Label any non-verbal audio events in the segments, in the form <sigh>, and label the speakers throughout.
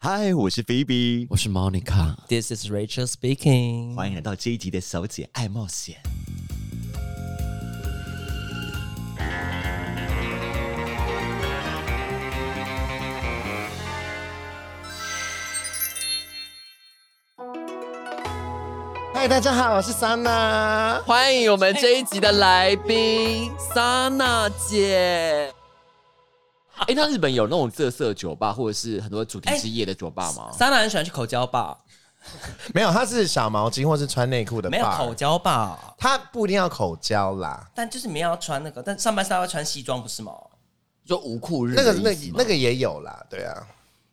Speaker 1: 嗨，我是菲比，
Speaker 2: 我是 Monica，
Speaker 3: This is Rachel speaking。
Speaker 1: 欢迎来到这一集的《小姐爱冒险》。
Speaker 4: 嗨，大家好，我是桑娜。
Speaker 3: 欢迎我们这一集的来宾莎娜姐。
Speaker 2: 哎、那日本有那种特色酒吧，或者是很多主题之夜的酒吧吗？
Speaker 3: 莎娜很喜欢去口交吧，
Speaker 4: <laughs> 没有，他是小毛巾或是穿内裤的 bar，
Speaker 3: 没有口交吧，
Speaker 4: 他不一定要口交啦。
Speaker 3: 但就是没有要穿那个，但上班是要穿西装不是吗？
Speaker 2: 就无裤日
Speaker 4: 那个
Speaker 2: 的意思吗
Speaker 4: 那个那个也有啦，对啊。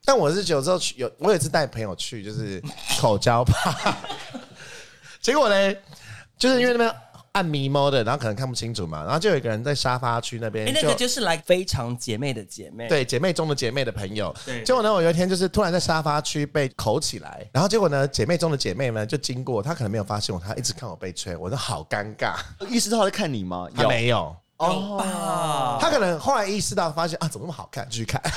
Speaker 4: 但我是有时候去有，我有一次带朋友去，就是
Speaker 3: <laughs>
Speaker 4: 口交吧， <laughs> 结果呢，就是因为那边按迷蒙的，然后可能看不清楚嘛，然后就有一个人在沙发区那边，
Speaker 3: 哎，那个就是来非常姐妹的姐妹，，
Speaker 4: 对姐妹中的姐妹的朋友
Speaker 3: 对。
Speaker 4: 结果呢，我有一天就是突然在沙发区被口起来，然后结果呢，姐妹中的姐妹们就经过，她可能没有发现我，她一直看我被吹，我都好尴尬。
Speaker 1: 意识到他在看你吗？
Speaker 4: 她没有，
Speaker 3: 有吧？
Speaker 4: 她可能后来意识到，发现啊，怎么那么好看，继续看。 <laughs>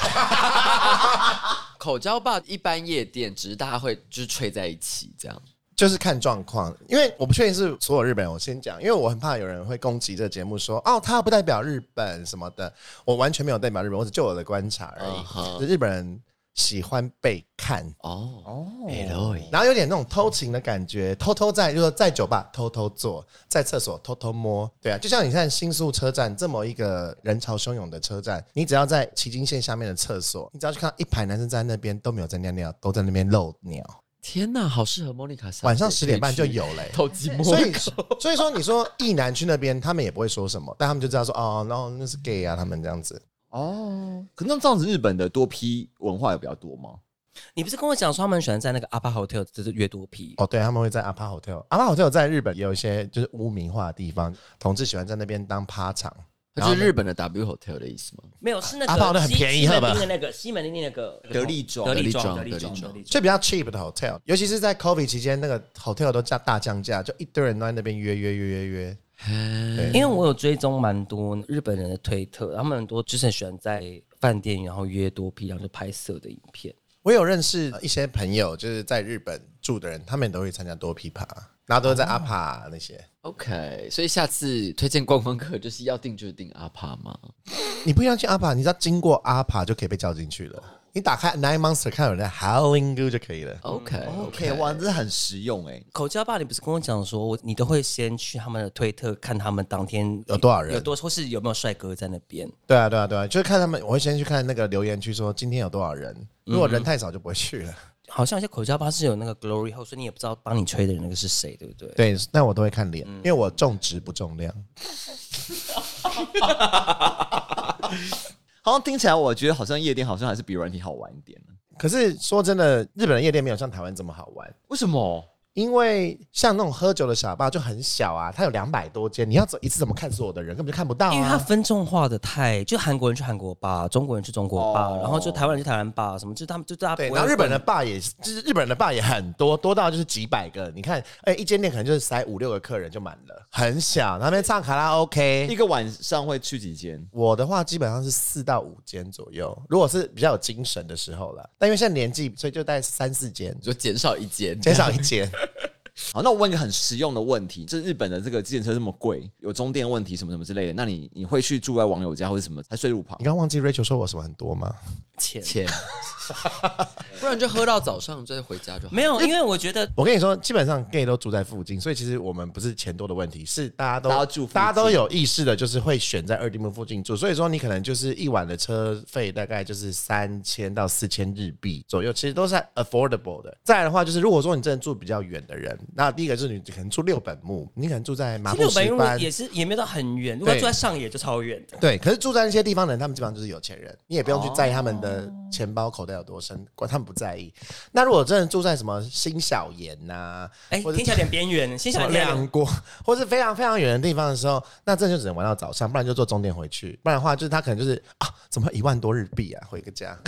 Speaker 2: 口交吧，一般夜店只是大家会就是吹在一起这样。
Speaker 4: 就是看状况，因为我不确定是所有日本人。我先讲，因为我很怕有人会攻击这个节目说，哦，他不代表日本什么的。我完全没有代表日本，我只就我的观察而已。
Speaker 2: 嗯哼
Speaker 4: 就日本人喜欢被看，
Speaker 2: 哦，
Speaker 1: 有，
Speaker 4: 然后有点那种偷情的感觉，偷偷在，就是说在酒吧偷偷做，在厕所偷偷摸，对啊，就像你看新宿车站这么一个人潮汹涌的车站，你只要在崎京线下面的厕所，你只要去看到一排男生在那边都没有在尿尿，都在那边漏尿，
Speaker 2: 天哪，好适合 Monica 莎姐
Speaker 4: 晚上十点半就有
Speaker 2: 可以
Speaker 4: 嘞、
Speaker 2: 去偷鸡摸 <laughs>
Speaker 4: 所以
Speaker 2: 狗。，
Speaker 4: 所以说你说意男去那边，他们也不会说什么，但他们就知道说哦，然后那是 gay 啊，他们这样子。
Speaker 1: 哦，可那这样子，日本的多批文化也比较多吗？
Speaker 3: 你不是跟我讲说他们很喜欢在那个 APA Hotel 就是约多批？
Speaker 4: 哦，对，他们会在 APA Hotel。APA Hotel 在日本也有一些就是污名化的地方，同志喜欢在那边当趴场。
Speaker 2: 它就是日本的 W Hotel 的意思吗？
Speaker 3: 没有，是那个
Speaker 4: APA Hotel 很
Speaker 3: 西
Speaker 4: 便宜
Speaker 3: 西门
Speaker 4: 好吧
Speaker 3: 町的那个西门町的那个
Speaker 1: 德利庄
Speaker 3: 德利
Speaker 2: 德
Speaker 3: 庄，
Speaker 2: 利
Speaker 3: 德
Speaker 2: 庄
Speaker 3: 利庄，
Speaker 2: 德
Speaker 3: 德
Speaker 2: 利
Speaker 3: 利
Speaker 4: 就比较 cheap 的 hotel，尤其是在 COVID 期间，那个 hotel 都价大降价，就一堆人都在那边约约约约约。
Speaker 3: 因为我有追踪蛮多日本人的推特，他们很多就是很喜欢在饭店，然后约多批，然后就拍摄的影片。
Speaker 4: 我有认识一些朋友，就是在日本住的人，他们也都会参加多琵琶，然后都是在 APA 那些。
Speaker 2: OK，所以下次推荐观光客就是要订就订阿帕吗？
Speaker 4: 嗯你不一定要去 APA，你只要经过 APA 就可以被叫进去了。你打开 Nine Monster 看有人在 Howling Goo 就可以了。
Speaker 3: 哦
Speaker 2: OK
Speaker 1: 哦 OK，哇，这很实用哎。
Speaker 3: 口交吧，你不是跟我讲说，我你都会先去他们的推特看他们当天
Speaker 4: 有多少人
Speaker 3: 有多或是有没有帅哥在那边。
Speaker 4: 对啊，对啊，对啊，就是看他们，我会先去看那个留言区说今天有多少人，
Speaker 3: 嗯
Speaker 4: 如果人太少就不会去了。
Speaker 3: 好像有些口交吧是有那个 glory 后，所以你也不知道帮你吹的人那个是谁，对不对？嗯
Speaker 4: 对，但我都会看脸，因为我重质不重量。
Speaker 1: 好像听起来，我觉得好像夜店好像还是比软体好玩一点。
Speaker 4: 可是说真的，日本的夜店没有像台湾这么好玩，
Speaker 1: 为什么？
Speaker 4: 因为像那种喝酒的小吧就很小啊，它有两百多间，你要走一次怎么看所有的人，根本就看不到
Speaker 3: 因为它
Speaker 4: 啊。
Speaker 3: 分众化的太，就韩国人去韩国吧，中国人去中国吧，
Speaker 1: 哦
Speaker 3: 然后就台湾人去台湾吧，什么就他们就大家
Speaker 4: 对，
Speaker 3: 不会
Speaker 4: 然后日本的坝也是，就是日本人的坝也很多，多到就是几百个。你看，哎、一间店可能就是塞五六个客人就满了，很小。那边唱卡拉
Speaker 1: 一
Speaker 4: OK，
Speaker 1: 个晚上会去几间？
Speaker 4: 我的话基本上是四到五间左右，如果是比较有精神的时候了。但因为现在年纪，所以就带三四间，
Speaker 2: 你说减少一间，
Speaker 4: 减少一间。
Speaker 1: 好，那我问一个很实用的问题：，这日本的这个自行车这么贵，有中电问题什么什么之类的，那你你会去住在网友家或者什么，还睡路旁
Speaker 4: <laughs> 你？刚忘记 Rachel 说我什么很多吗？
Speaker 3: 钱
Speaker 2: 钱， <laughs> 不然就喝到早上再回家就好。
Speaker 3: 没有，因为我觉得
Speaker 4: 我跟你说，基本上 gay 都住在附近，所以其实我们不是钱多的问题，是大家都
Speaker 1: 大家住附近
Speaker 4: 大家都有意识的，就是会选在二丁目附近住。所以说，你可能就是一晚的车费大概就是三千到四千日币左右，其实都是 affordable 的。再来的话，就是如果说你真的住比较远的人，那第一个就是你可能住六本木，你可能住在马
Speaker 3: 其
Speaker 4: 布
Speaker 3: 实
Speaker 4: 石
Speaker 3: 我
Speaker 4: 班
Speaker 3: 们，也是也没有到很远，如果
Speaker 4: 对
Speaker 3: 住在上野就超远的。
Speaker 4: 对。可是住在那些地方的人，他们基本上就是有钱人，你也不用去在意他们的钱包口袋有多深，管他们不在意。那如果真的住在什么新小岩啊呐、
Speaker 3: 哎，
Speaker 4: 或者
Speaker 3: 听起来有点边缘，先
Speaker 4: 什
Speaker 3: 想
Speaker 4: 么
Speaker 3: 两
Speaker 4: 亮过， <laughs> 或是非常非常远的地方的时候，那这就只能玩到早上，不然就坐终点回去，不然的话就是他可能就是啊，怎么一万多日币啊，回个家，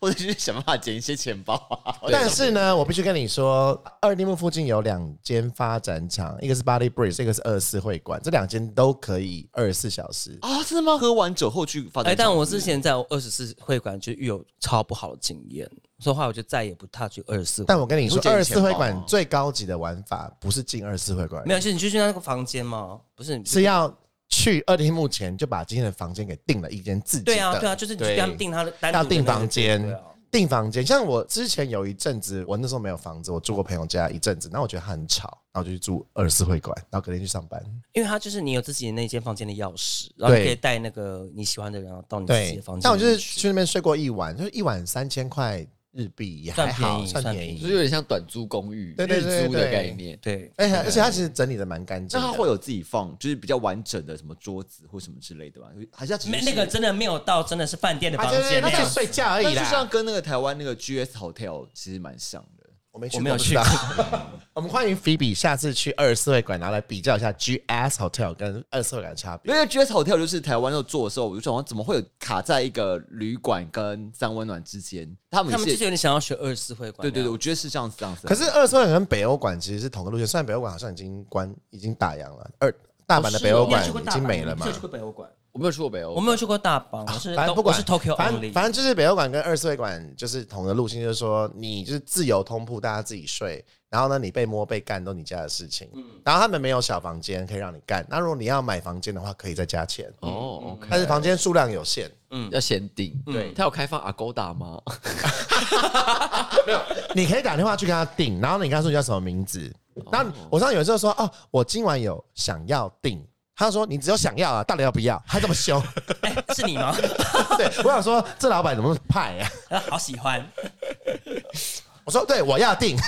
Speaker 1: 或者是想办法捡一些钱包啊。
Speaker 4: 但是呢，我必须跟你说，二丁目附近有两间发展厂，一个是 Body Breeze，一个是二四会馆，这两间都可以二十四小时。
Speaker 1: 啊，真的吗？喝完酒后去发展厂？
Speaker 3: 哎，但我之前在二十四会馆就有超不好的经验，所以后来我就再也不踏去二十四。
Speaker 4: 但我跟你说
Speaker 1: 你，会
Speaker 4: 二
Speaker 1: 捡
Speaker 4: 十
Speaker 1: 钱包吗
Speaker 4: 四会馆最高级的玩法不是进二十四会馆，
Speaker 3: 啊没有，是你就去那个房间嘛，不是？你就是
Speaker 4: 要去二丁目前就把今天的房间给定了一间自己的。
Speaker 3: 对啊，对啊，就是你就
Speaker 2: 对
Speaker 3: 跟他们订他的单独的
Speaker 4: 要订
Speaker 3: 那个
Speaker 4: 房间
Speaker 3: 对啊。
Speaker 4: 订房间，像我之前有一阵子，我那时候没有房子，我住过朋友家一阵子，那我觉得他很吵，然后我就去住二十四会馆，然后隔天去上班。
Speaker 3: 因为他就是你有自己的那间房间的钥匙，然后你
Speaker 4: 对
Speaker 3: 可以带那个你喜欢的人然后到你自己
Speaker 4: 对
Speaker 3: 的房，间里去。
Speaker 4: 但我就是去那边睡过一晚，就是一晚三千块日币，也还好，
Speaker 3: 算便宜
Speaker 4: 便
Speaker 2: 就是有点像短租公寓、
Speaker 4: 对对对
Speaker 2: 日租的
Speaker 4: 对
Speaker 2: 概念。
Speaker 3: 对，
Speaker 4: 而哎且而且它其实整理的蛮干
Speaker 1: 那
Speaker 4: 净的，
Speaker 1: 他会有自己放，就是比较完整的什么桌子或什么之类的吧？还是他只是
Speaker 3: 没那个真的没有到真的是饭店的房间那
Speaker 4: 他就
Speaker 3: 样。
Speaker 4: 睡觉而
Speaker 1: 但
Speaker 4: 已
Speaker 1: 就像
Speaker 4: 啦。
Speaker 1: 跟那个台湾那个 GS Hotel 其实蛮像的。
Speaker 4: 我没
Speaker 3: 我没有去
Speaker 4: 过， <laughs> 不知道我们欢迎菲比下次去二十四会馆，然后来比较一下 GS Hotel 跟二十四会馆的差别。
Speaker 1: 因为 GS Hotel 就是台湾要做的时候，我就想怎么会有卡在一个旅馆跟三温暖之间？他们
Speaker 3: 他们
Speaker 1: 也
Speaker 3: 就是是有点想要学二十四会馆那
Speaker 1: 对对
Speaker 3: 样。哦
Speaker 1: 对，我觉得是这样子这样子。
Speaker 4: 可是二十四会馆跟北欧馆其实是同个路线，虽然北欧馆好像已经关，已经打烊了，二大阪的北欧
Speaker 3: 我哦
Speaker 4: 馆
Speaker 3: 是有去过
Speaker 4: 已
Speaker 3: 大阪哦
Speaker 4: 经没了嘛
Speaker 3: 我。有去过北欧馆，
Speaker 2: 我没有去过北欧，
Speaker 3: 我没有去过大阪，我是
Speaker 4: 反正不管
Speaker 3: 我是 Tokyo
Speaker 4: 反正
Speaker 3: only。
Speaker 4: 反正就是北欧馆跟二四会馆就是同的路线，就是说你就是自由通铺，大家自己睡，然后呢你被摸被干都你家的事情，
Speaker 3: 嗯
Speaker 4: 然后他们没有小房间可以让你干，那如果你要买房间的话可以再加钱，
Speaker 2: 哦，OK，
Speaker 4: 但是房间数量有限，
Speaker 2: 要先订。对，他有开放 Agoda 吗？
Speaker 4: 你可以打电话去跟他订，然后你跟他说你叫什么名字，
Speaker 1: 哦
Speaker 4: 然后我上次有时候说哦我今晚有想要订。他说：“你只有想要啊，到底要不要？还这
Speaker 1: <laughs>
Speaker 4: 么凶？
Speaker 3: 哎，是你 <laughs> 吗？
Speaker 4: 对我想说，这老板怎么那么派啊？
Speaker 3: 好喜欢。
Speaker 4: 我说：对，我
Speaker 1: <laughs>
Speaker 4: 要订。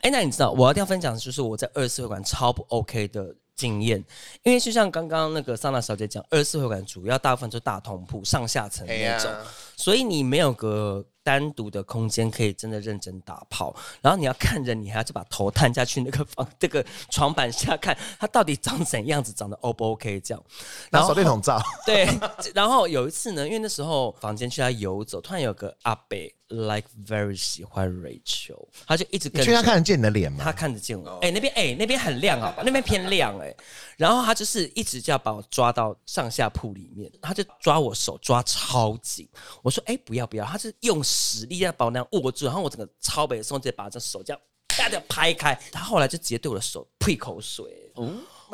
Speaker 3: 哎、那你知道我一定要分享的就是我在二十四会馆超不 OK 的经验，因为就像刚刚那个桑娜小姐讲，二十四会馆主要大部分就大通铺上下层的那种，
Speaker 4: 哎
Speaker 3: 所以你没有个单独的空间可以真的认真打炮，然后你要看人，你还要去把头探下去那个房这个床板下看它到底长怎样子，长得 O 不 OK 这样，
Speaker 4: 拿
Speaker 3: 然后
Speaker 4: 手电筒照，
Speaker 3: 对， <laughs> 然后有一次呢，因为那时候房间去他游走，突然有个阿北 like very 喜欢 Rachel，他就一直
Speaker 4: 你
Speaker 3: 跟
Speaker 4: 确定他
Speaker 3: 着
Speaker 4: 看得见你的脸吗
Speaker 3: 他？看得见
Speaker 2: 哦
Speaker 3: 我，哎、那边哎、那边很
Speaker 2: <laughs>
Speaker 3: 亮啊，那边偏亮哎、然后他就是一直就要把我抓到上下铺里面，他就抓我手抓超紧，我说哎、不要不要，他是用实力要把我那样握住，然后我整个超北宋直接把这手这样啪的拍开，他后来就直接对我的手吐一口水，
Speaker 2: 啊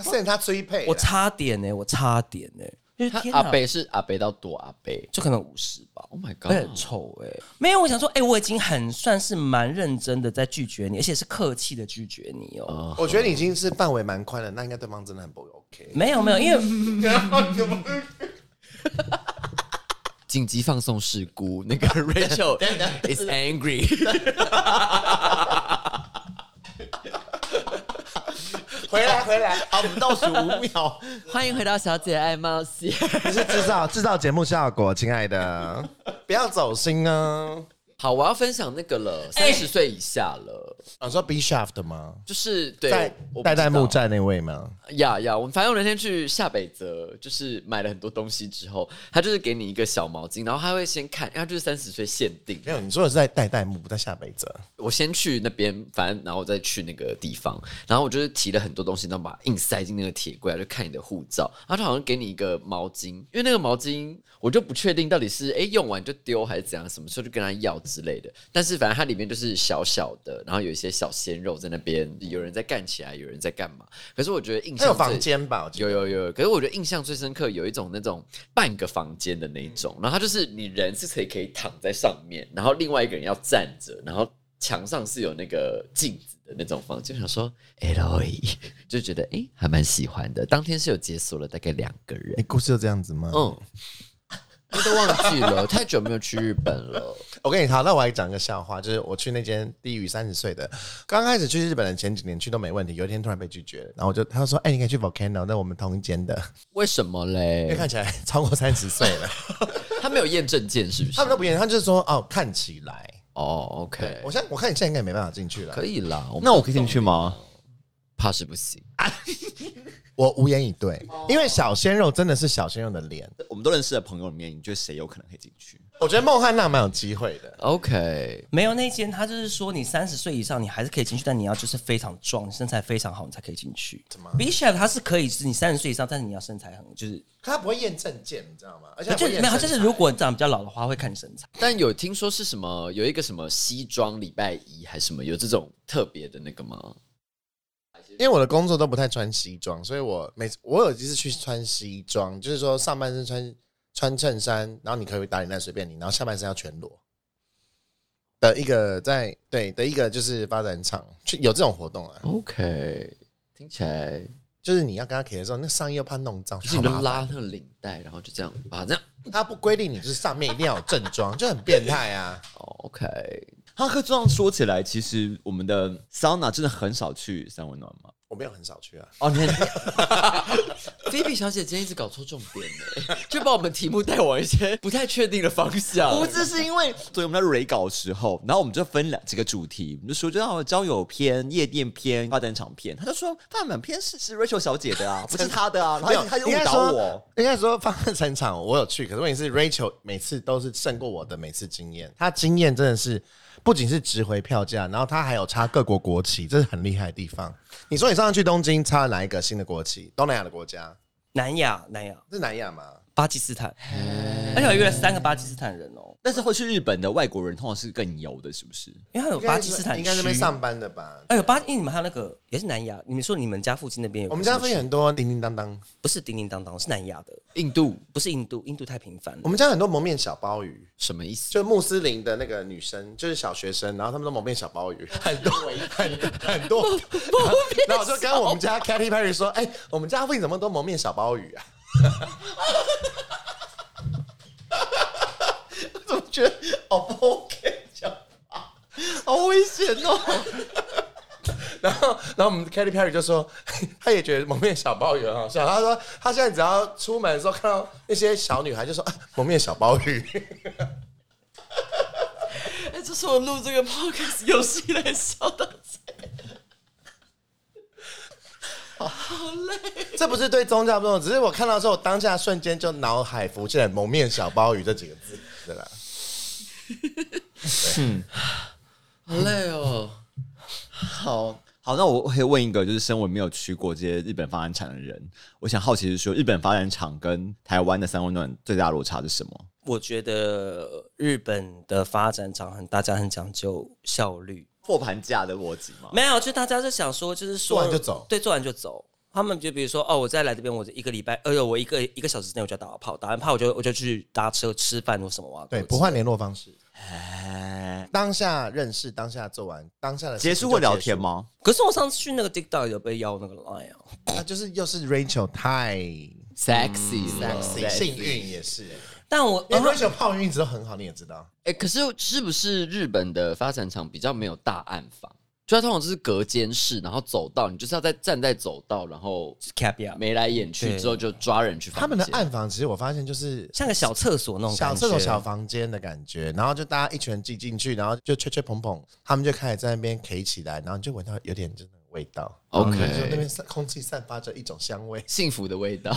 Speaker 4: 是他追配啊
Speaker 3: 我差点呢、我差点呢、
Speaker 2: 他
Speaker 3: 天哪
Speaker 2: 阿北是阿北到多阿北
Speaker 3: 就可能五十吧。
Speaker 2: ，Oh my
Speaker 3: 而且很
Speaker 2: god！
Speaker 3: 丑哎、没有，我想说，哎、我已经很算是蛮认真的在拒绝你，而且是客气的拒绝你哦、
Speaker 4: 我觉得你已经是范围蛮宽了，那应该对方真的很不
Speaker 1: <laughs>
Speaker 4: OK。
Speaker 3: 没有没有，因为
Speaker 1: 啊
Speaker 2: 紧急放送事故，那个 <laughs> Rachel is angry，
Speaker 4: 回来回来，
Speaker 1: 好，我们倒数五秒，
Speaker 2: 欢迎回到小姐爱冒险。
Speaker 4: 你是制造制造节目效果，亲爱的，不要走心啊！
Speaker 2: 好，我要分享那个了，
Speaker 3: 哎
Speaker 2: 三十岁以下了，
Speaker 4: 啊你说 B Shaft 吗？
Speaker 2: 就是对
Speaker 4: 在，
Speaker 2: 我不知道
Speaker 4: 代代木站那位吗？
Speaker 2: 呀呀，我们反正我那天去下北泽，就是买了很多东西之后，他就是给你一个小毛巾，然后他会先看，因为他就是三十岁限定，
Speaker 4: 没有，你说的是在代代木，不在下北泽。
Speaker 2: 我先去那边，反正然后再去那个地方，然后我就是提了很多东西，然后把它硬塞进那个铁柜，就看你的护照，然后他好像给你一个毛巾，因为那个毛巾我就不确定到底是哎、诶用完就丢还是怎样，什么时候就跟他要之类的，但是反正它里面就是小小的，然后有一些小鲜肉在那边，有人在干起来，有人在干嘛，可是我觉得印
Speaker 4: 他
Speaker 2: 象
Speaker 4: 有
Speaker 2: 最
Speaker 4: 房间吧？我记得
Speaker 2: 有有有，可是我觉得印象最深刻有一种那种半个房间的那一种，然后它就是你人是可以可以躺在上面，然后另外一个人要站着，然后墙上是有那个镜子的那种房间，就想说 L E，就觉得诶还蛮喜欢的。当天是有解锁了大概两个人
Speaker 4: 你，故事就这样子吗？
Speaker 2: 嗯，我都忘记了，太久没有去日本了。
Speaker 4: 我跟你好，那我还讲一个笑话，就是我去那间低于三十岁的，刚开始去日本的前几年去都没问题，有一天突然被拒绝了，然后我就他就说，哎、你可以去 Volcano，那我们同一间的，
Speaker 2: 为什么
Speaker 4: 因为
Speaker 2: 嘞？
Speaker 4: 看起来超过三十岁 <laughs> 了，
Speaker 2: 他没有验证件是不是
Speaker 4: 他？们都不愿意，他就是说，哦，看起来，
Speaker 2: 哦，OK，
Speaker 4: 我现在我看你现在应该也没办法进去了
Speaker 2: 可，以啦，我们
Speaker 1: 那我可以进去吗？
Speaker 2: 怕是不行。
Speaker 4: 我无言以对，因为小鲜肉真的是小鲜肉的脸，
Speaker 1: 我们都认识的朋友里面，你觉得谁有可能可以进去？
Speaker 4: 我觉得孟汉娜蛮有机会的。
Speaker 2: OK，
Speaker 3: 没有那间，他就是说你三十岁以上你还是可以进去，但你要就是非常壮，你身材非常好，你才可以进去。怎么？Bishop 他是可以是你三十岁以上，但是你要身材很就是
Speaker 4: 可他不会验证件，你知道吗？而且
Speaker 3: 就
Speaker 4: 他不会
Speaker 3: 是
Speaker 4: 验
Speaker 3: 没有，
Speaker 4: 证
Speaker 3: 就是如果你长得比较老的话，会看你身材。
Speaker 2: 但有听说是什么有一个什么西装礼拜一还是什么有这种特别的那个吗？
Speaker 4: 因为我的工作都不太穿西装，所以我每次我有一次去穿西装，就是说上半身穿穿衬衫，然后你可以打领带随便你，然后下半身要全裸的一个在对的一个就是发展场去有这种活动啊，
Speaker 2: OK，听起来
Speaker 4: 就是你要跟他 K 的时候，那上衣又怕弄脏，
Speaker 2: 就是
Speaker 4: 好
Speaker 2: 你就
Speaker 4: 麻烦
Speaker 2: 拉那个领带，然后就这样把它这样。
Speaker 4: 他不规定你就是上面一定要有正装，就很变态啊。
Speaker 2: 哦 OK，
Speaker 1: 哈克这样说起来，其实我们的 sauna 真的很少去三温暖嘛。
Speaker 4: 我没有很少去啊，
Speaker 1: 哦，你很
Speaker 2: <laughs> 菲比小姐今天一直搞错重点呢，就把我们题目带往一些不太确定的方向。
Speaker 1: 不是是因为所以我们在蕊稿的时候，然后我们就分两几个主题，我们就说就要交友篇、夜店篇、发展场篇。他就说发展篇是是 Rachel 小姐的啊，不是她的啊，然
Speaker 4: 没
Speaker 1: 后
Speaker 4: 有
Speaker 1: 他就误
Speaker 4: 应该
Speaker 1: 导
Speaker 4: 说
Speaker 1: 我。
Speaker 4: 应该说放在成场我有去，可是问题是 Rachel 每次都是胜过我的每次经验，她经验真的是不仅是值回票价，然后她还有插各国国旗，这是很厉害的地方。你说你上次去东京插了哪一个新的国旗？东南亚的国家
Speaker 3: 南亚，南亚，
Speaker 4: 是南亚吗？
Speaker 3: 巴基斯坦，而且我约了三个巴基斯坦人哦，
Speaker 1: 但是会去日本的外国人通常是更油的，是不是？
Speaker 3: 因为他有
Speaker 4: 应该是
Speaker 3: 巴基斯坦
Speaker 4: 应该是那
Speaker 3: 区
Speaker 4: 边上班的吧？
Speaker 3: 哎呦，巴，因为你们还有那个也是南亚，你们说你们家附近那边有个
Speaker 4: 我们
Speaker 3: 什
Speaker 4: 家
Speaker 3: 么
Speaker 4: 附近
Speaker 3: 区
Speaker 4: 很多叮叮当当，
Speaker 3: 不是叮叮当当，是南亚的，
Speaker 2: 印度
Speaker 3: 不是印度，印度太频繁
Speaker 4: 我
Speaker 3: 了。
Speaker 4: 们家很多蒙面小鲍鱼。
Speaker 2: 什么意思？
Speaker 4: 就穆斯林的那个女生，就是小学生，然后他们都蒙面小鲍鱼，很多很很多。然后我就跟我们家 Katy Perry 说：“哎、我们家附近怎么都蒙面小鲍鱼啊？” <laughs> 我怎么觉得好不 OK 讲话好危险哦。 <laughs> 然后，然后我们 Katy Perry 就说，他也觉得蒙面小鲍鱼很好笑。他说，他现在只要出门的时候看到那些小女孩，就说、啊、蒙面小鲍鱼。
Speaker 2: 哎，这是我录这个 podcast 有史以来笑到最
Speaker 4: 这不是对宗教不同，只是我看到之后，当下瞬间就脑海浮现了“蒙面小鲍鱼”这几个字，对吧？
Speaker 2: 好累哦。
Speaker 1: 好好，那我可以问一个，就是身为没有去过这些日本发展场的人，我想好奇是说，日本发展场跟台湾的三温暖最大的落差是什么？
Speaker 3: 我觉得日本的发展长很，大家很讲究效率，
Speaker 1: 破盘价的逻辑吗？
Speaker 3: 没有，就大家就想说，就是说
Speaker 4: 做完就走
Speaker 3: 对，做完就走。他们就比如说，哦，我再来这边，我一个礼拜，哎呦，我一个一个小时之内我就要打完炮，打完炮我就我就去搭车吃饭或什么哇，啊
Speaker 4: 对，
Speaker 3: 或者
Speaker 4: 不换联络方式，
Speaker 1: 哎，
Speaker 4: 当下认识，当下做完，当下的
Speaker 1: 结束会聊天？吗？
Speaker 3: 可是我上次去那个 TikTok 有被邀那个 line 啊，
Speaker 4: 那就是又是 Rachel 太
Speaker 2: 嗯 Sexy，
Speaker 4: sexy，幸运也是，
Speaker 3: 但我哦
Speaker 4: 因
Speaker 3: 然后
Speaker 4: 为 Rachel 泡运气都很好，你也知道。
Speaker 2: 哎、可是是不是日本的发展场比较没有大暗房？就它通常就是隔间室，然后走道，你就是要在站在走道，然后
Speaker 3: Cabia
Speaker 2: 眉来眼去
Speaker 3: 对
Speaker 2: 之后就抓人去房间。
Speaker 4: 他们的暗房，其实我发现就是
Speaker 3: 像个小厕所那种
Speaker 4: 小
Speaker 3: 感觉
Speaker 4: 厕所、小房间的感觉，然后就大家一群人挤进去，然后就吹吹捧捧，他们就开始在那边 K 起来，然后就闻到有点真的味道。就那
Speaker 2: OK，
Speaker 4: 边散空气散发着一种香味，
Speaker 2: 幸福的味道。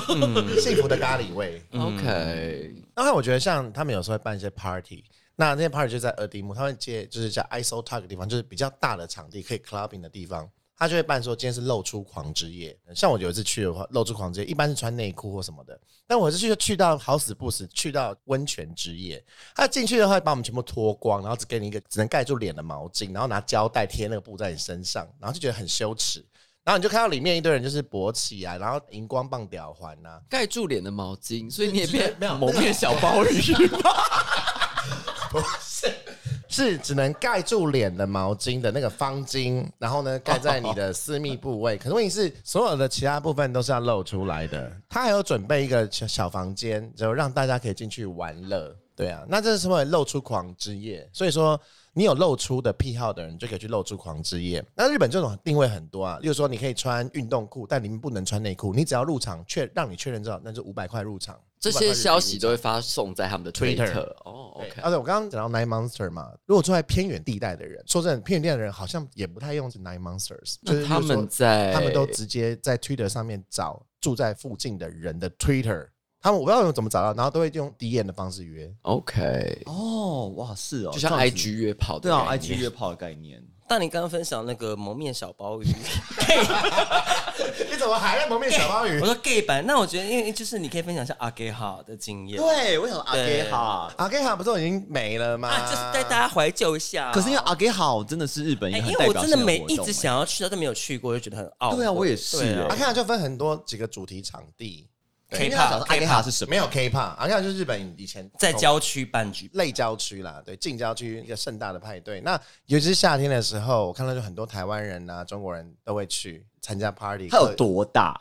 Speaker 4: <laughs> 幸福的咖喱味。
Speaker 2: <laughs> OK，
Speaker 4: 当然，我觉得像他们有时候会办一些 party，那那些 party 就在二丁目，他会借就是叫 ISO Talk 的地方，就是比较大的场地可以 clubbing 的地方，他就会办说今天是露出狂之夜。像我有一次去的话，露出狂之夜一般是穿内裤或什么的，但我这次去就去到好死不死去到温泉之夜，他进去的话把我们全部脱光，然后只给你一个只能盖住脸的毛巾，然后拿胶带贴那个布在你身上，然后就觉得很羞耻。然后你就看到里面一堆人就是勃起啊，然后荧光棒吊环啊，
Speaker 2: 盖住脸的毛巾，所以你也变
Speaker 4: 没有
Speaker 2: 蒙面小鲍鱼
Speaker 4: <laughs>
Speaker 2: 吧？
Speaker 4: 是只能盖住脸的毛巾的那个方巾，然后呢盖在你的私密部位。可是问题是，所有的其他部分都是要露出来的。他还有准备一个小小房间，就让大家可以进去玩乐。对啊，那这是为了露出狂之夜，所以说。你有露出的癖好的人，就可以去露出狂之夜。那日本这种定位很多啊，例如说你可以穿运动裤，但你们不能穿内裤。你只要入场确让你确认之后，那就五百块入场。
Speaker 2: 这些消息都会发送在他们的
Speaker 4: Twitter
Speaker 2: Twitter。哦
Speaker 4: 对啊
Speaker 2: ，OK，
Speaker 4: 而且我刚刚讲到 Nine Monster 嘛，如果住在偏远地带的人，说真的，偏远地带的人好像也不太用 Nine Monsters，就是
Speaker 2: 那他
Speaker 4: 就是说
Speaker 2: 们在
Speaker 4: 他们都直接在 Twitter 上面找住在附近的人的 Twitter，他们我不知道怎么找到，然后都会用 DM 的方式约。
Speaker 2: OK，
Speaker 1: 哦，哇，是哦，
Speaker 2: 就像
Speaker 1: 这样子
Speaker 2: IG 约炮的
Speaker 1: 对啊
Speaker 2: 概念
Speaker 1: ，IG 约炮的概念，
Speaker 3: 但你刚刚分享那个蒙面小鲍鱼，
Speaker 4: <laughs>
Speaker 3: <laughs>
Speaker 4: 你怎么还在蒙面小鲍鱼
Speaker 3: 我？说 gay 版，那我觉得因为就是你可以分享一下阿 gay 哈的经验，
Speaker 1: 对，我想阿
Speaker 3: 对
Speaker 1: gay 好，
Speaker 4: <laughs> 阿 K 哈不是已经没了吗？
Speaker 3: 啊，就是带大家怀旧一下。
Speaker 1: 可是因为阿 gay 好真的是日本一
Speaker 3: 哎，
Speaker 1: 个
Speaker 3: 因
Speaker 1: 很
Speaker 3: 为
Speaker 1: 代
Speaker 3: 我
Speaker 1: 表性
Speaker 3: 真的
Speaker 1: 的
Speaker 3: 没
Speaker 1: 活动欸
Speaker 3: 一直想要去，但都没有去过，就觉得很懊悔。
Speaker 1: 对啊，我也是
Speaker 3: 对啊
Speaker 1: 哎
Speaker 4: 阿 K 哈就分很多几个主题场地
Speaker 1: 因为他想说阿 gay 好是什么？
Speaker 4: 没有 K 哈，阿 K 哈就是日本以前
Speaker 3: 在郊区办局，
Speaker 4: 类郊区啦，对，近郊区一个盛大的派对。那尤其是夏天的时候，我看到就很多台湾人啊、中国人都会去参加 party。
Speaker 1: 它有多大？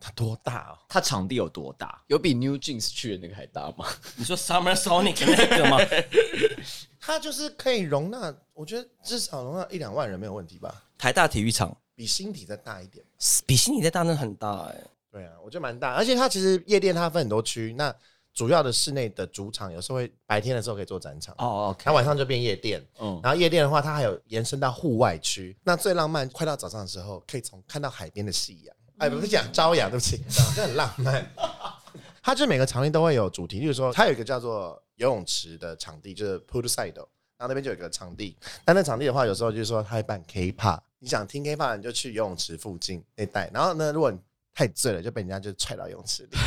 Speaker 4: 它多大哦？
Speaker 1: 它场地有多大？
Speaker 2: 有比 New Jeans 去的那个还大吗？
Speaker 3: 你说 Summer Sonic 那个吗？
Speaker 4: 它就是可以容纳，我觉得至少容纳一两万人没有问题吧，
Speaker 3: <laughs> 台大体育场
Speaker 4: 比新体再大一点。
Speaker 3: 比悉尼在大那很大哎，
Speaker 4: 对啊，我觉得蛮大，而且它其实夜店它分很多区，那主要的室内的主场有时候会白天的时候可以做展场，
Speaker 1: 哦
Speaker 4: 它晚上就变夜店。
Speaker 1: 嗯，
Speaker 4: 然后夜店的话，它还有延伸到户外区。那最浪漫，快到早上的时候，可以从看到海边的夕阳，哎，不是讲朝阳，对不起， <laughs> 这很浪漫。 <laughs> 它就是每个场地都会有主题，例如说，它有一个叫做游泳池的场地，就是 poolside，然后那边就有一个场地。那那场地的话，有时候就是说它会办 K-pop，你想听 K-pop，你就去游泳池附近那带。然后呢，如果你太醉了，就被人家就踹到游泳池里。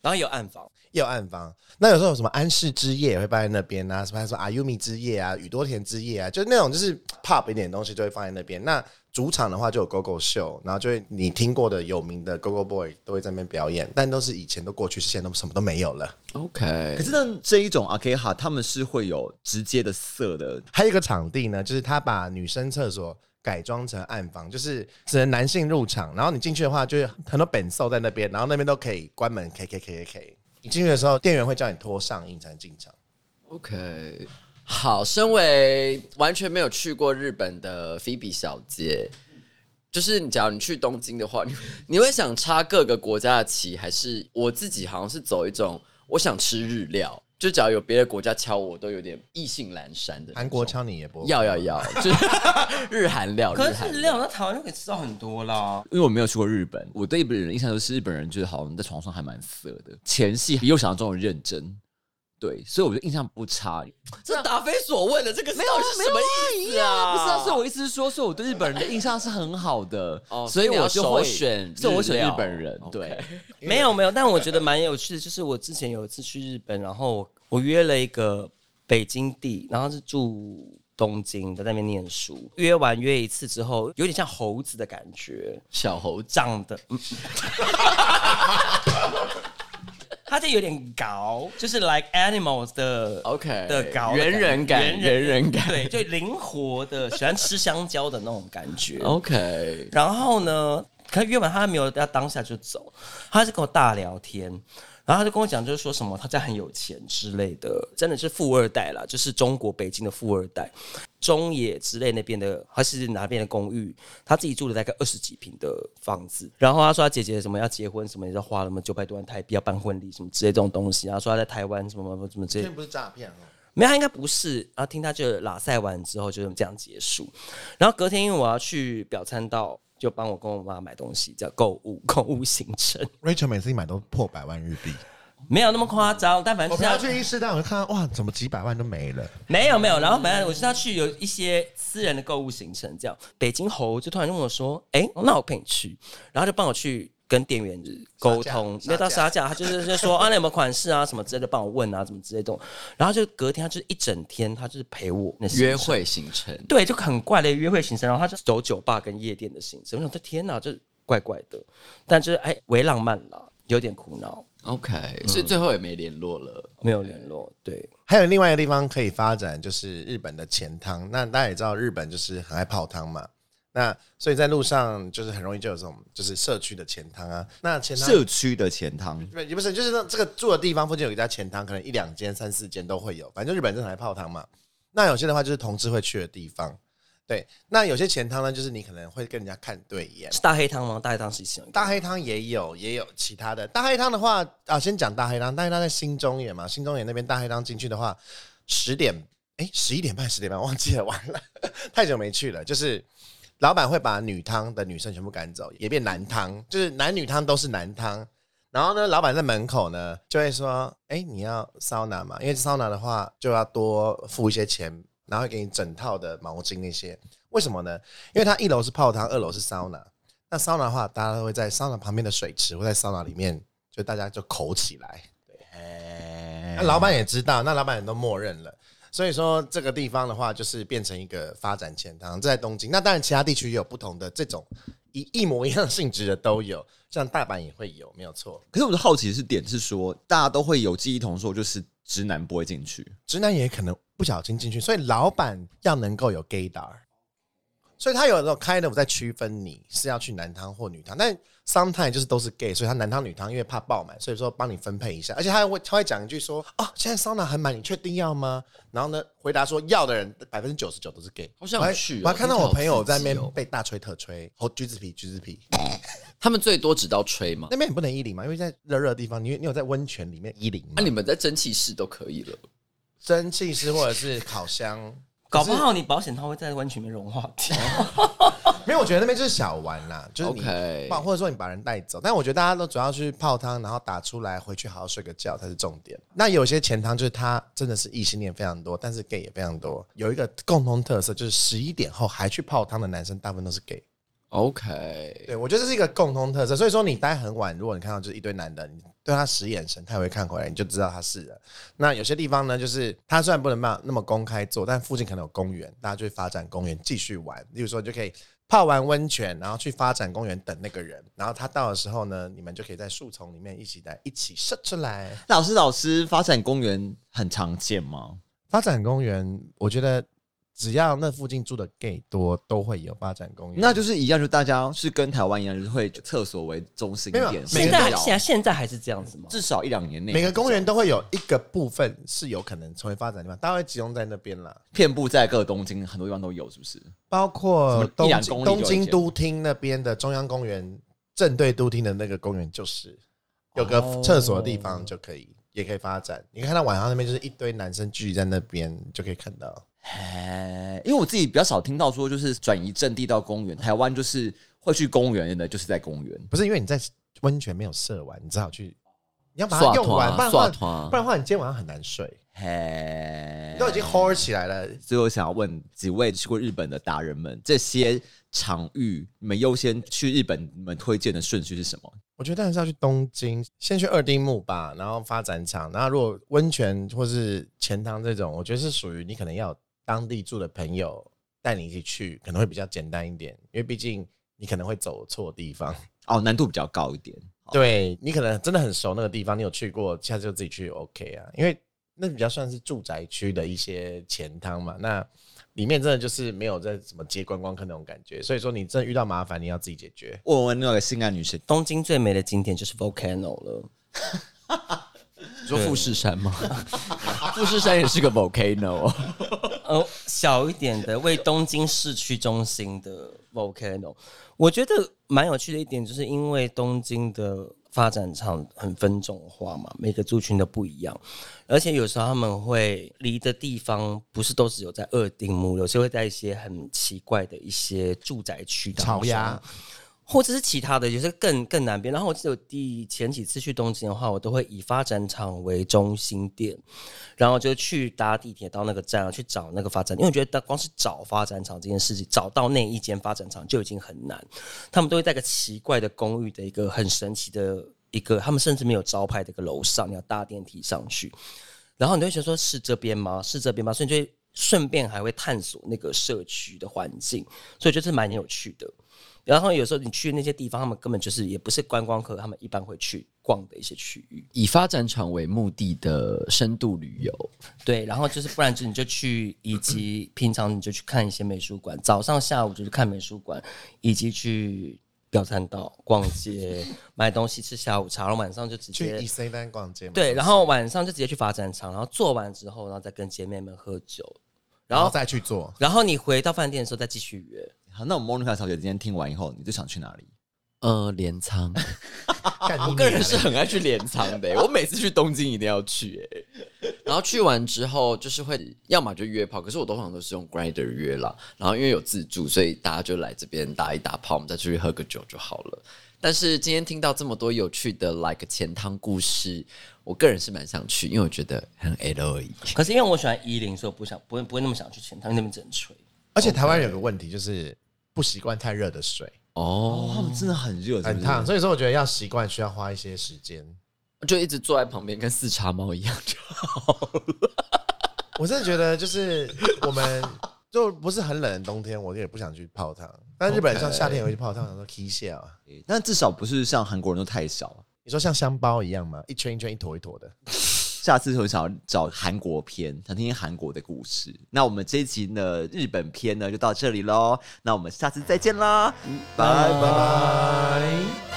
Speaker 3: 然后也有暗房，
Speaker 4: 也有暗房。那有时候有什么安室之夜也会办在那边啊，什么还有什么阿优米之夜啊、宇多田之夜啊，就是那种就是 pop 一点的东西就会放在那边。那主场的话就有 GoGo 秀，然后就会你听过的有名的 GoGo Boy 都会在那边表演，但都是以前都过去，现在都什么都没有了。 <laughs>
Speaker 1: 可
Speaker 2: OK，
Speaker 1: 是呢，这一种阿 gay 好，他们是会有直接的色的，
Speaker 4: 还有一个场地呢，就是他把女生厕所。改装成暗房，就是只能男性入场，然后你进去的话，就是很多本兽在那边，然后那边都可以关门，K K K K K。你进去的时候，店员会叫你脱上衣才能进场。
Speaker 2: OK，好，身为完全没有去过日本的菲比小姐，就是你假如你去东京的话，你你会 <laughs> 想插各个国家的旗，还是我自己好像是走一种我想吃日料，就只要有别的国家敲我，都有点意兴阑珊的那种。
Speaker 4: 韩国敲你也不
Speaker 2: 要要要，就是 <laughs> 日韩料，
Speaker 3: 可
Speaker 2: 日
Speaker 3: 是
Speaker 2: 韩
Speaker 3: 日
Speaker 2: 料。
Speaker 3: 料在台湾就可以吃到很多啦。
Speaker 1: 因为我没有去过日本，我对日本人的印象就是日本人就是好像在床上还蛮色的，前戏比我想象中的认真，对，所以我觉得印象不差。
Speaker 2: 这答非所问的，这个没
Speaker 1: 啊
Speaker 2: 有是哦什么意思啊？
Speaker 1: 不是啊，所以我意思是说，所以我对日本人的印象是很好的，
Speaker 2: 哦
Speaker 1: 所以我就会
Speaker 2: 所以你要首选
Speaker 1: 所以我选日本
Speaker 2: 日
Speaker 1: 人
Speaker 2: 料，
Speaker 1: 对。
Speaker 3: 没有没有，但我觉得蛮有趣的，就是我之前有一次去日本，然后我我约了一个北京地，然后是住东京，在那边念书。约完约一次之后，有点像猴子的感觉，
Speaker 2: 小猴子
Speaker 3: 长得， <laughs> 嗯他就有点搞，就是 like animals 的
Speaker 2: OK
Speaker 3: 的搞的
Speaker 2: 猿人感
Speaker 3: 猿
Speaker 2: 猿人感
Speaker 3: 对，就灵活的，喜欢吃香蕉的那种感觉。
Speaker 2: 哦 <laughs> OK，
Speaker 3: 然后呢，可约完他没有，他当下就走，他就跟我大聊天，然后他就跟我讲，就是说什么他家很有钱之类的，真的是富二代啦，就是中国北京的富二代，中野之类那边的，还是哪边的公寓，他自己住了大概二十几平的房子。然后他说他姐姐什么要结婚什么，也是花了什么九百多万台币要办婚礼什么之类这种东西，然啊后说他在台湾什么什么什么之类
Speaker 4: 这
Speaker 3: 的。
Speaker 4: 不是诈骗哦。
Speaker 3: 没有，他应该不是。然后听他就拉塞完之后，就这样结束。然后隔天因为我要去表参道，就帮我跟我妈买东西，叫购物购物行程，
Speaker 4: Rachel 每次一买都破百万日币，
Speaker 3: 没有那么夸张，但反
Speaker 4: 我
Speaker 3: 正是
Speaker 4: 陪
Speaker 3: 要
Speaker 4: 她去伊势丹，我就看到哇，怎么几百万都没了？
Speaker 3: 没有没有。然后反正我是要去有一些私人的购物行程，这样。北京猴就突然问我说：“哎、那我陪你去。”然后就帮我去。跟店员沟通，
Speaker 4: 杀价
Speaker 3: 没有到
Speaker 4: 杀
Speaker 3: 杀价，
Speaker 4: 价
Speaker 3: 他就是就说啊，你有没有款式啊，什么之类的，帮我问啊，什么之类的。然后就隔天，他就是一整天，他就是陪我那行程
Speaker 2: 约会行程。
Speaker 3: 对，就很怪的约会行程，然后他就走酒吧跟夜店的行程。我想说，天哪，这怪怪的，但就是哎，微浪漫啦，有点苦恼，
Speaker 2: OK，、所以最后也没联络了。
Speaker 3: 没有联络。对，
Speaker 4: 还有另外一个地方可以发展，就是日本的钱汤。那大家也知道，日本就是很爱泡汤嘛。那所以在路上就是很容易就有这种就是社区的钱汤啊。那钱汤
Speaker 1: 社区的钱汤，
Speaker 4: 不也不是，就是那这个住的地方附近有一家钱汤，可能一两间、三四间都会有。反正就日本正常来泡汤嘛。那有些的话就是同志会去的地方，对。那有些钱汤呢，就是你可能会跟人家看对眼。
Speaker 3: 是大黑汤吗？大黑汤是什么？
Speaker 4: 大黑汤也有，也有其他的。大黑汤的话啊，先讲大黑汤。大黑汤在新中野嘛，新中野那边大黑汤进去的话，十点哎十一点半十点半忘 <laughs> 记了，完了太久没去了。就是老板会把女汤的女生全部赶走，也变男汤，就是男女汤都是男汤。然后呢，老板在门口呢就会说：“哎，你要桑拿嘛？因为桑拿的话就要多付一些钱，然后会给你整套的毛巾那些。为什么呢？因为它一楼是泡汤，二楼是桑拿。那桑拿的话，大家都会在桑拿旁边的水池或在桑拿里面，就大家就口起来。那老板也知道，那老板也都默认了。所以说这个地方的话，就是变成一个发展前堂，这在东京。那当然，其他地区也有不同的这种一一模一样性质的都有，像大阪也会有，没有错。
Speaker 1: 可是我的好奇是点是说，大家都会有记忆同说，就是直男不会进去，
Speaker 4: 直男也可能不小心进去，所以老板要能够有 gaydar，所以他有时候开的我在区分你是要去男汤或女汤，但 sometimes 就是都是 gay，所以他男汤女汤因为怕爆满，所以说帮你分配一下，而且他还会他会讲一句说哦，现在桑拿很满，你确定要吗？然后呢，回答说要的人百分之九十九都是 gay。
Speaker 2: 好想
Speaker 4: 我还
Speaker 2: 去哦
Speaker 4: 我还看到我朋友在那
Speaker 2: 真的好刺
Speaker 4: 边
Speaker 2: 激
Speaker 4: 被大吹特吹，哦，橘子皮橘子皮，
Speaker 2: 他们最多只到吹嘛。
Speaker 4: 那边你不能衣领嘛，因为在热热的地方，你你有在温泉里面衣领吗
Speaker 2: 啊那、？你们在蒸汽室都可以了，
Speaker 4: 蒸汽室或者是烤箱。
Speaker 3: 搞不好你保险套会在温泉里面融化掉。
Speaker 4: 哦没有，我觉得那边就是小玩啦，就是你
Speaker 2: OK
Speaker 4: 把或者说你把人带走。但我觉得大家都主要去泡汤，然后打出来，回去好好睡个觉才是重点。那有些前汤就是他真的是异性恋非常多，但是 gay 也非常多。有一个共同特色就是十一点后还去泡汤的男生大部分都是 gay。
Speaker 2: OK，
Speaker 4: 对我觉得这是一个共同特色，所以说你待很晚，如果你看到就是一堆男的，你对他使眼神，他也会看回来，你就知道他是了。那有些地方呢，就是他虽然不能办那么公开做，但附近可能有公园，大家就会发展公园继续玩。例如说，你就可以泡完温泉，然后去发展公园等那个人，然后他到的时候呢，你们就可以在树丛里面一起来一起射出来。
Speaker 1: 老师，老师，发展公园很常见吗？
Speaker 4: 发展公园，我觉得只要那附近住的 gay 多，都会有发展
Speaker 3: 嗯
Speaker 4: 公园。
Speaker 1: 那就是一样，就大家是跟台湾一样，就是会厕所为中心
Speaker 4: 没有
Speaker 1: 点，
Speaker 4: 每
Speaker 3: 现
Speaker 4: 个
Speaker 1: 至
Speaker 3: 在
Speaker 1: 少
Speaker 3: 现在现在还是这样子吗？
Speaker 1: 至少一两年内，
Speaker 4: 每个公园都会有一个部分是有可能成为发展的地方，大家会集中在那边啦。
Speaker 1: 遍布在各东京很多地方都有，是不是？
Speaker 4: 包括
Speaker 1: 什么一
Speaker 4: 东
Speaker 1: 两
Speaker 4: 京
Speaker 1: 公里就有
Speaker 4: 东京都厅那边的中央公园，正对都厅的那个公园就是
Speaker 1: 哦
Speaker 4: 有个
Speaker 3: 哦
Speaker 4: 厕所的地方就可以，也可以发展。你看到晚上那边就是一堆男生聚集在那边，你就可以看到。
Speaker 1: 哎，因为我自己比较少听到说，就是转移阵地到公园。台湾就是会去公园的，就是在公园。
Speaker 4: 不是因为你在温泉没有射完，你只好去，你要把
Speaker 1: 啊
Speaker 4: 它用完，不然的
Speaker 2: 刷
Speaker 4: 话，
Speaker 2: 团
Speaker 4: 不然的话你今天晚上很难睡，
Speaker 1: 嘿，
Speaker 4: 都已经 h o 起来了。
Speaker 1: 所以我想要问几位去过日本的达人们，这些场域你们优先去日本，你们推荐的顺序是什么？
Speaker 4: 我觉得当然是要去东京，先去二丁目吧，然后发展场。然后如果温泉或是钱塘这种，我觉得是属于你可能要有当地住的朋友带你一起去，可能会比较简单一点，因为毕竟你可能会走错地方。
Speaker 1: 哦，难度比较高一点。好
Speaker 4: 对你可能真的很熟那个地方，你有去过，下次就自己去 OK 啊，因为那比较算是住宅区的一些钱汤嘛，那里面真的就是没有在什么接观光客那种感觉，所以说你真的遇到麻烦，你要自己解决。
Speaker 1: 问问那个性爱女神，
Speaker 3: 东京最美的景点就是 volcano 了。
Speaker 2: 你说富士山吗？富士山也是个 volcano，哦
Speaker 3: 呃，小一点的，为东京市区中心的 volcano，我觉得蛮有趣的一点，就是因为东京的发展场很分众化嘛，每个族群都不一样，而且有时候他们会离的地方不是都只有在二丁目，有些会在一些很奇怪的一些住宅区当中
Speaker 4: 草芽
Speaker 3: 或者是其他的，有些更更南边。然后我记得我第前几次去东京的话，我都会以发展场为中心点，然后就去搭地铁到那个站，啊去找那个发展。因为我觉得光是找发展场这件事情，找到那一间发展场就已经很难。他们都会在一个奇怪的公寓的一个很神奇的一个，他们甚至没有招牌的一个楼上，你要搭电梯上去。然后你就会觉得说是这边吗？是这边吗？所以你就会顺便还会探索那个社区的环境，所以就是蛮有趣的。然后有时候你去那些地方，他们根本就是也不是观光客，他们一般会去逛的一些区域。
Speaker 2: 以发展场为目的的深度旅游，
Speaker 3: 对，然后就是不然就你就去，以及平常你就去看一些美术馆，早上下午就去看美术馆，以及去表参道逛街买东西吃下午茶，然后晚上就直
Speaker 4: 去
Speaker 3: 接
Speaker 4: 伊森丹逛街嘛，
Speaker 3: 对，然后晚上就直接去发展场，然后做完之后，然后再跟姐妹们喝酒，然
Speaker 4: 然后
Speaker 3: 后
Speaker 4: 再去做。
Speaker 3: 然后你回到饭店的时候再继续约。
Speaker 1: 好，那我们 Monica 小姐今天听完以后，你最想去哪里？
Speaker 2: 呃，镰仓，
Speaker 4: 我
Speaker 2: 我个人是很爱去镰仓的、我每次去东京一定要去、哎，啊 <laughs> 然后去完之后就是会，要么就约炮，可是我通常都是用 Grinder 约啦。然后因为有自助，所以大家就来这边打一打炮，我们再出去喝个酒就好了。但是今天听到这么多有趣的 like 钱汤故事，我个人是蛮想去，因为我觉得很 L E。
Speaker 3: 可是因为我喜欢一零，所以我不想不会不会那么想去钱塘那边整吹。
Speaker 4: 而且台湾有个问题就是不习惯太热的水，
Speaker 1: 哦，他
Speaker 2: 哦，
Speaker 1: 们真的很热，
Speaker 4: 很烫，所以说我觉得要习惯需要花一些时间。
Speaker 2: 就一直坐在旁边跟四茶猫一样，就
Speaker 4: 我真的觉得就是我们就不是很冷的冬天，我也不想去泡汤。但日本人像夏天也会去泡汤，想说 k 下啊。
Speaker 1: 以但至少不是像韩国人都太小啊了。
Speaker 4: 你说像香包一样吗？一圈一圈、一坨一坨的。
Speaker 1: 下次我想要找韩国片，想听听韩国的故事。那我们这一集呢，日本篇呢就到这里喽。那我们下次再见啦，拜拜。
Speaker 4: 拜拜。